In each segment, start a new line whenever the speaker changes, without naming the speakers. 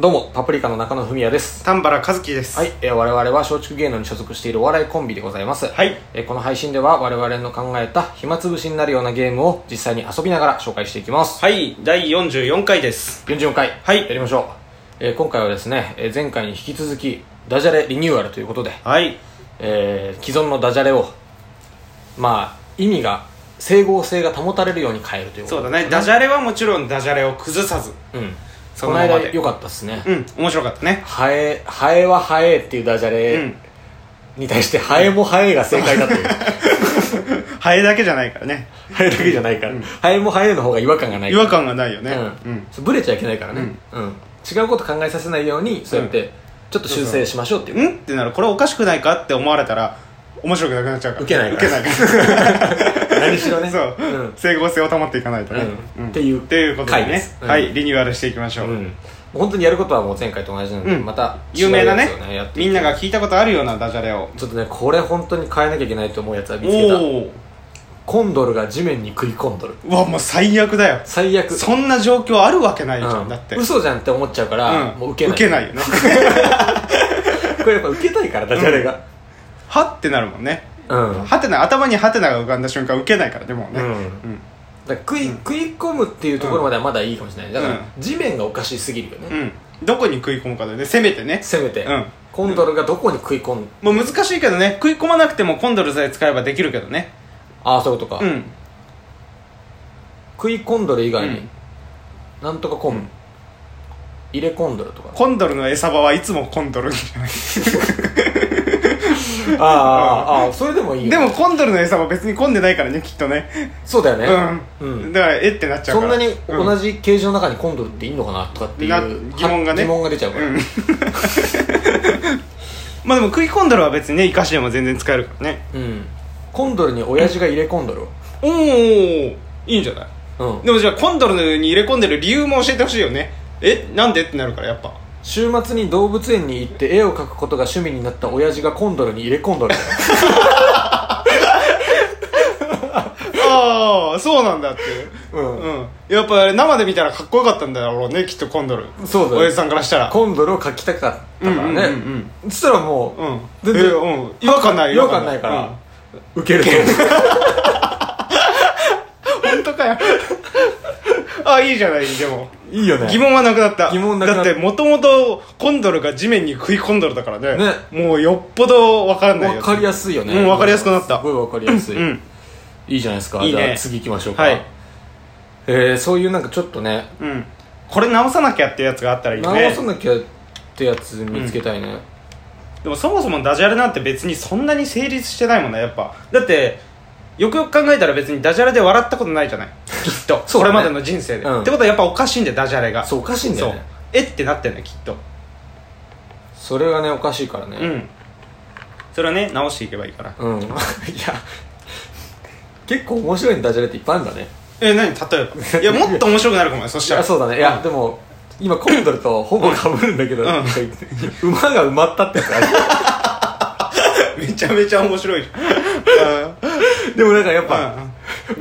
どうも、パプリカの中野文也です。
丹原和樹です
はい、えー我々は松竹芸能に所属しているお笑いコンビでございます。
はい
えーこの配信では我々の考えた暇つぶしになるようなゲームを実際に遊びながら紹介していきます。
はい第44回です
44回、
はい
やりましょう。えー今回はですね、えー前回に引き続き、ダジャレリニューアルということで、
はい
えー既存のダジャレを、まあ、意味が、整合性が保たれるように変えるということ
そうだねダジャレはもちろんダジャレを崩さず
うん。
そ
こ
の
の
まま
間
で
良かったですね。
うん面白かったね
ハエ、ハエはハエっていうダジャ
う
レ
ん
に対して、ハエもハエが正解だという。
ハエだけじゃないからね
ハエだけじゃないから。ハエもハエの方が違和感がない
違
から。
和感がないよね
うん。そうブレちゃいけないからね。うん。違うこと考えさせないように、そうやって、ちょっと修正しましょうっていうう。
んってなるこれおかしくないかって思われたら面白くなくなっちゃうから
ウケないから
ウケないから
何しろ ね。
そう、
うん
整合性を保っていかないとね、
うん
ん
っていう
っていうことで
回で
ね
すうん
はいリニューアルしていきましょう、
うん。もう本当にやることはもう前回と同じなので、
うん
また、
有名なね
違うやつをやってい
み
く
んなが聞いたことあるようなダジャレを
ちょっとね、これ本当に変えなきゃいけないと思うやつは見つけた。
おお
コンドルが地面に食い込んどる。
うわもう最悪だよ
最悪。
そんな状況あるわけないじゃん、
うん
だって
嘘じゃんって思っちゃうから、もう受けない。
よね
これやっぱ受けたいからダジャレが
はってなるもんね
うん、だ
はてな頭にはてなが浮かんだ瞬間受けないからでも
う
ねうんん、
から食い、食い込むっていうところまではまだいいかもしれないだから、
う
地面がおかしすぎるよね、
うんどこに食い込むかだよねせめてね
せめて、
うん
コンドルがどこに食い込ん
もう難しいけどね食い込まなくてもコンドルさえ使えばできるけどね
ああそういうことか、
うん
食い込んどる以外に、
うん
なんとかコン、
うん
入れ込んどると か
コンドルの餌場はいつもコンドル
ああ、ああそれでもいいよ
でもコンドルの餌場別に混んでないからねきっとね
そうだよね、
うん、
うん
だからえってなっちゃう
そ
か
ん
ら
なに同
じ、
じケージの中にコンドルっていいのかなとかっていう
な
は
疑問がね
疑問が出ちゃうから、
うんまあでも食い込んドルは別にね生かしても全然使えるからね
うんコンドルに親父が入れ込んどるわ
おーいいんじゃない
うん
でもじゃあコンドルに入れ込んでる理由も教えてほしいよねえなんでってなるからやっぱ
週末に動物園に行って絵を描くことが趣味になった親父がコンドルに入れ込んどる
ああそうなんだって
う、
うんんやっぱあれ生で見たらかっこよかったんだろうねきっとコンドル
そうだよ
親父さんからしたら
コンドルを描きたかったからね、
うんうんう
そ
ん
したらもう、
うん
全然
えうん違和感ない
違和感ないから、ウケると思
うん、本当 かよあいいじゃないでも
ういいよね
疑問はなくなった
疑問なくなった
だってもともとコンドルが地面に食い込んどるだからね
ね
もうよっぽど分からない
分かりやすいよね
うん分かりやすくなった
すごい分かりやすい、
うん
いいじゃないですか
いいね
じゃあ次行きましょうか、
はい
えー、そういうなんかちょっとね
うんこれ直さなきゃってやつがあったらいいね
直さなきゃってやつ見つけたいね、
でもそもそもダジャレなんて別にそんなに成立してないもんねやっぱだってよくよく考えたら別にダジャレで笑ったことな いじゃないきっと
そう
こ
だね
れまでの人生で、
うん
ってことはやっぱおかしいんだよダジャレが
そうおかしいんだよね
そうえってなってんだよきっと
それがねおかしいからね
うんそれはね直していけばいいから
うん いや結構面白いダジャレっていっぱいあるんだね
え何例えばい やもっと面白くなるかもよそし
い
たら
やそうだねいや、でも今コンドルとほぼ被るんだけど、
うん
なんか言って馬が埋まったってやつあ
めちゃめちゃ面白いじゃん うん
る でもなんかやっ
う
ぱ、
ん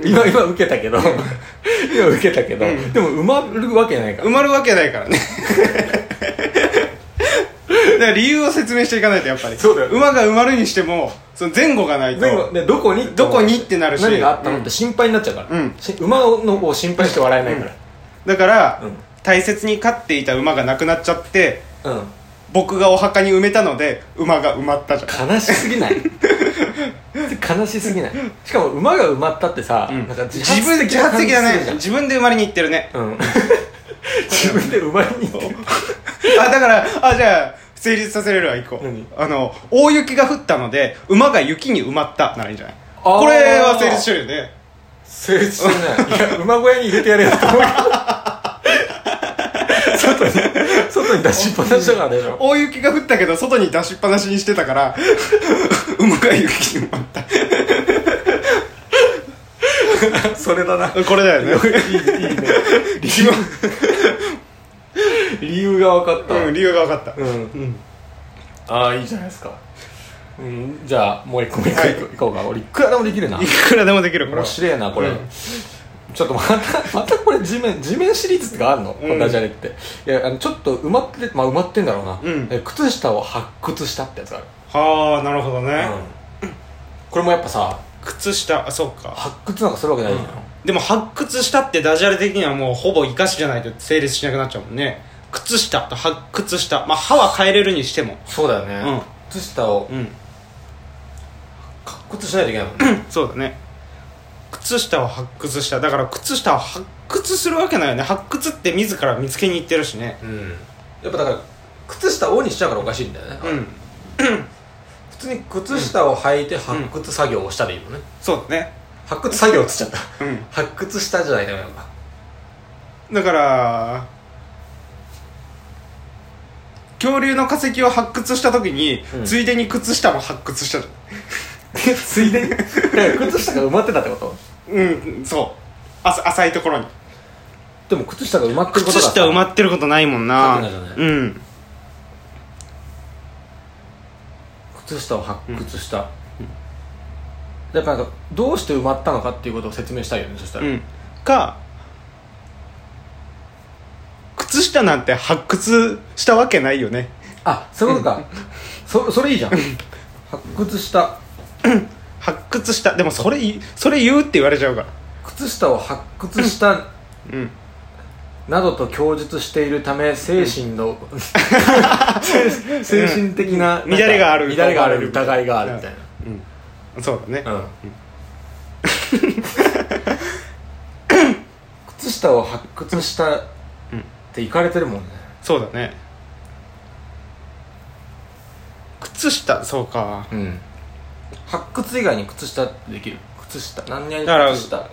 今今受けたけど今受けたけど、でも埋まるわけないから、
埋まるわけない からねだから理由を説明していかないとやっぱり
そうだよ
馬が埋まるにしてもその前後がないと
でもねどこに
どこにってなるし
何があったのって心配になっちゃうから、
うん
し馬の方を心配して笑えないか
だから、
うん
大切に飼っていた馬が亡くなっちゃって
ら、うん
僕がお墓に埋めたので馬が埋まったじゃん
悲しすぎない 悲しすぎないしかも馬が埋まったってさ、
うん
なんか自
自分で自発的だ
感じするじ
ね
ゃん
自分で生まれに行ってるね
うん、 自分で生まれに行ってる
あだからあじゃあ成立させれるわ一個
何
あの大雪が降ったので馬が雪に埋まったならいいんじゃない
あー
これは成立してるよね
成立してないいや馬小屋に入れてやれよと思う けど外に外に出しっぱなしだからでしょ
大雪が降ったけど外に出しっぱなしにしてたから 馬が雪に埋まった
それだな
これだよね
いいいいね 理由理由が分かった、
うん理由が分かった
うん
うん
ああいいじゃないですか、うん、じゃあもう一個もう一個
はい
行こう行こうか俺いくらでもできるない
くらでもできるこれ
面
は
白いなこれ、
うん
ちょっとまたまたこれ地面地面シリーズとかあるの、
うん
ダジャレっていやあのちょっと埋まってまあ埋まってんだろうな、
うん
え靴下を発掘したってやつある、
はあなるほどね、
うんこれもやっぱさ
靴下あそうか、
発掘なんかするわけないじゃん、
でも発掘したってダジャレ的にはもうほぼ生かしじゃないと成立しなくなっちゃうもんね靴下と発掘したまあ歯は変えれるにしても
そうだよね、靴下を
うん
発掘しないといけないもんね、
そうだね靴下を発掘しただから靴下を発掘するわけないよね発掘って自ら見つけに行ってるしね
うん、やっぱだから靴下をにしちゃうからおかしいんだよね、
うん
普通に靴下を履いて発掘作業をしたでいいもんね、
そうだね
発掘作業っつっちゃった
うん
発掘したじゃないダメなのか
だから恐竜の化石を発掘した時に、
うん
ついでに靴下も発掘したじゃ
ついでに靴下が埋まってたってこと
んうんそうあ浅いところに
でも靴下が埋まってること
靴
が
下埋ま
っ
ってることないもん
そ
な
うなんだよね
うん
靴下を発掘した、やっぱなんかどうして埋まったのかっていうことを説明したいよねそしたら、
うんか靴下なんて発掘したわけないよね
あそういうことかそ それいいじゃん発掘した
発掘したでもそれいそれ言うって言われちゃうから
靴下を発掘した
うん
などと供述しているため精神の、精 精神的ななんか
乱れがある
乱れがある疑いがあるみたい
そうだね
な、うん、靴下を発掘したっていかれてるもんね
そうだね靴下そうか
うん発掘以外に靴下ってできる靴下何々
だから
靴下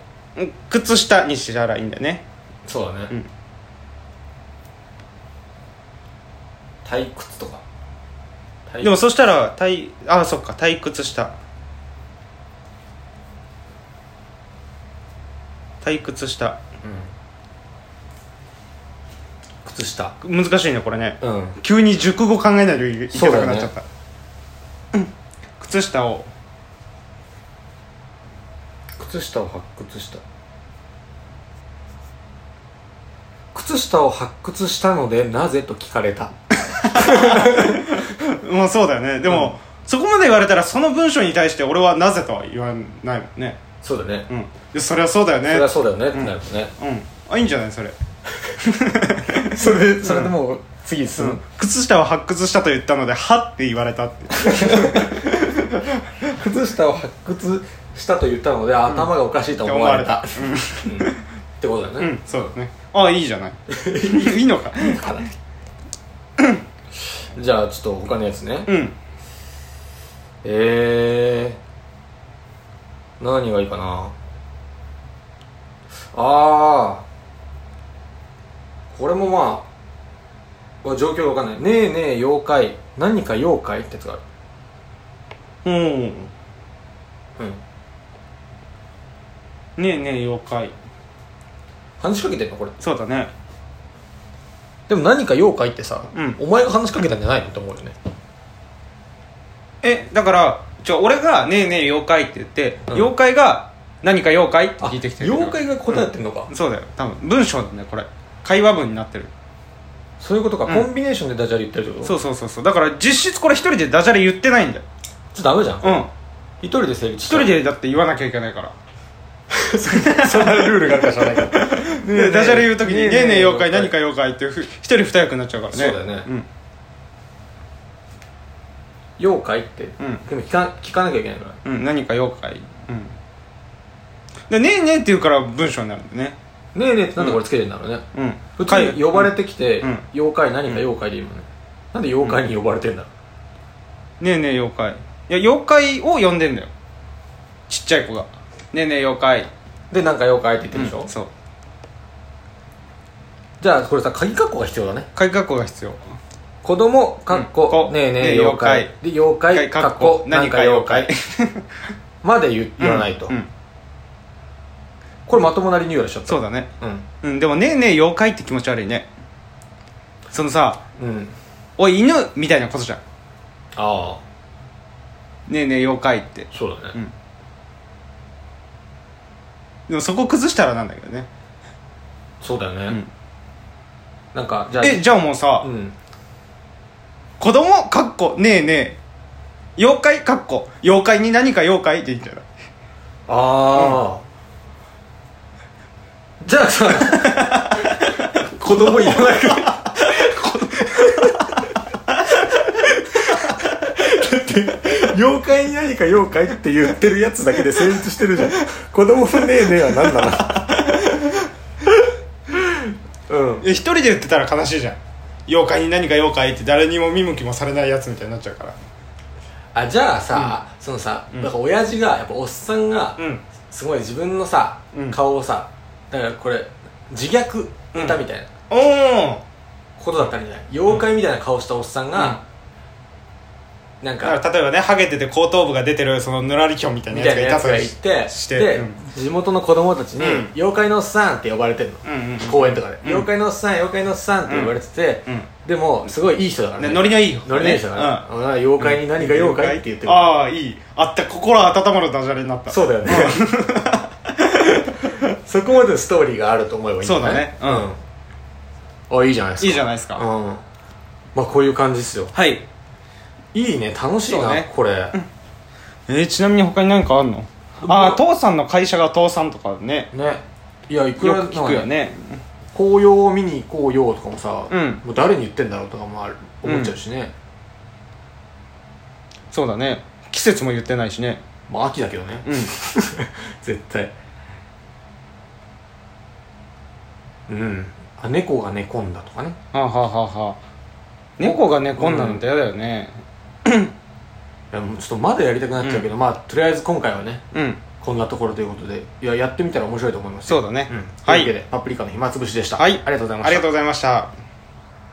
靴下にしたらいいんだよね
そうだね、
うん
退屈とか退
でもそしたら退あそっか退屈した退屈した
靴下
難しいねこれね
うん
急に熟語考えないといけなくなっちゃ
そうだ
った、うん靴下を
靴下を発掘した靴下を発掘したのでなぜと聞かれた
まあそうだよねでも、そこまで言われたらその文章に対して俺はなぜとは言わないもんね
そうだね
うんいやそれはそうだよ
それはそ
ね
うだよねってなるもんね、
うんあいいんじゃないそれ、
それ それでもう次進む、
靴下を発掘したと言ったので「は」って言われたって
靴下を発掘したと言ったので頭がおかしいと思われた、うんってことだよね、
うん、うんそうだねああいいじゃない いいのか
じゃあちょっと他のやつね、
うん
えー、何がいいかなあーこれもまあこれ状況がわかんない「ねえねえ妖怪何か妖怪?」ってやつがある
うん
うん
ねえねえ妖怪
話しかけてんのこれ
そうだね
でも何か妖怪ってさ、
うん
お前が話しかけたんじゃないのって思うよね
えだからちょ俺が「ねえねえ妖怪」って言って、
うん
妖怪が「何か妖怪?」って
あ
聞いてきてるけど
妖怪が答えてんのか、
そうだよ多分文章だねこれ会話文になってる
そういうことか、
うん
コンビネーションでダジャレ言ってるってこと
そうそうそうそうだから実質これ一人でダジャレ言ってないんだよ
ちょっとダメじゃん一、
うん
人で成立
一
した
人でだって言わなきゃいけないから
そんなルールがあるか知らないけどねえ
ダジャレ言う時に「ねえねえ妖怪何か
よ
妖怪」ってふ一人二役になっちゃうからね
そうだよね
うん
妖怪って、
ん
でも聞か聞かなきゃいけないから
うん何か妖怪うんで「ねえねえ」って言うから文章になるんだよね
ねえねえってなんでこれつけてんだろうね、
うん
普通に呼ばれ
て
てきて、
うん
妖怪何か妖怪でいいもんねなんで妖怪に呼ばれてんだろう、
「ねえねえ妖怪」いや妖怪を呼んでんだよちっちゃい子が「ねえねえ妖怪
でなんか妖怪って」言ってるでしょ、
うんそう
じゃあこれさ鍵括弧が必要だね
鍵括弧が必要
子供括弧、
うん
ねえね
ねえ
え妖怪
妖
で妖怪
か
括
っこ
弧何か妖怪まで言言わないと、
うんうん
これまともなリニューアルしちゃった
そうだね
うん
うん、でもねえねえ妖怪って気持ち悪いねそのさ
うん
おい犬みたいなことじゃん
ああ
ねえねえ妖怪って
そうだね、
うんでもそこ崩したらなんだけどね
そうだよね、
うん
なんかじゃあ
えじゃあもうさ、
うん
子供かっこねえねえ妖怪かっこ妖怪に何か妖怪って言ったら
ああ、じゃあさ子供いらないからだって妖怪に何か妖怪って言ってるやつだけで成立してるじゃん子供のねえねえは何なのうん
え一人で言ってたら悲しいじゃん妖怪に何か妖怪って誰にも見向きもされないやつみたいになっちゃうから
あじゃあさ、そのさ、
うん
なんか親父がやっぱおっさんが、
うん
すごい自分のさ、
うん
顔をさだからこれ自虐ネタみたいな
おお
ことだったらいいんじゃない妖怪みたいな顔したおっさんが、なん
だ
か
から例えばねハゲてて後頭部が出てるそのぬらりひょんみたいな
み
や
た
つ
いな
がい
や
た
つがいて
し
で、
てうん
地元の子供たちに、
うん
妖怪のおっさん」って呼ばれてるの、
うんうん
公園とかで、
ん
妖怪のおっさん妖怪のおっさん」って呼ばれてて、
うん
でもすごいいい人だからね
ねノリのいい方ね
ノリのいい人だから、ねあ妖怪に何が妖怪って言ってる
ああいいあった心温まるダジャレになった
そうだよねそこまでのストーリーがあると思えばいいんじゃない
そうだねうん
うんあいいじゃないですか
いいじゃないですか
うんまあこういう感じですよ
はい
いいね楽しい
そう
な、
ね
これ
えーちなみに他に何かあんのああ父さんの会社が父さんとかね
ねいやいく
よ
ら
く聞
な
くよ
んか
ね
紅葉を見に行こうよとかもさ、
うん
もう誰に言ってんだろうとかもある思っちゃうしね、
そうだね季節も言ってないしね
まあ秋だけどね、
うん
絶対うんあ猫が寝込んだとかね
はあはあはあはあ猫がねこんなのって嫌だよね
いやもうちょっとまだやりたくなっちゃうけど、まあとりあえず今回はね
うん、
こんなところということでいややってみたら面白いと思いますよ
そうだね、
うん、と
はいいう
わけで、パプリカの暇つぶしでした、
は
あ
い
りがとうございました
ありがとうございました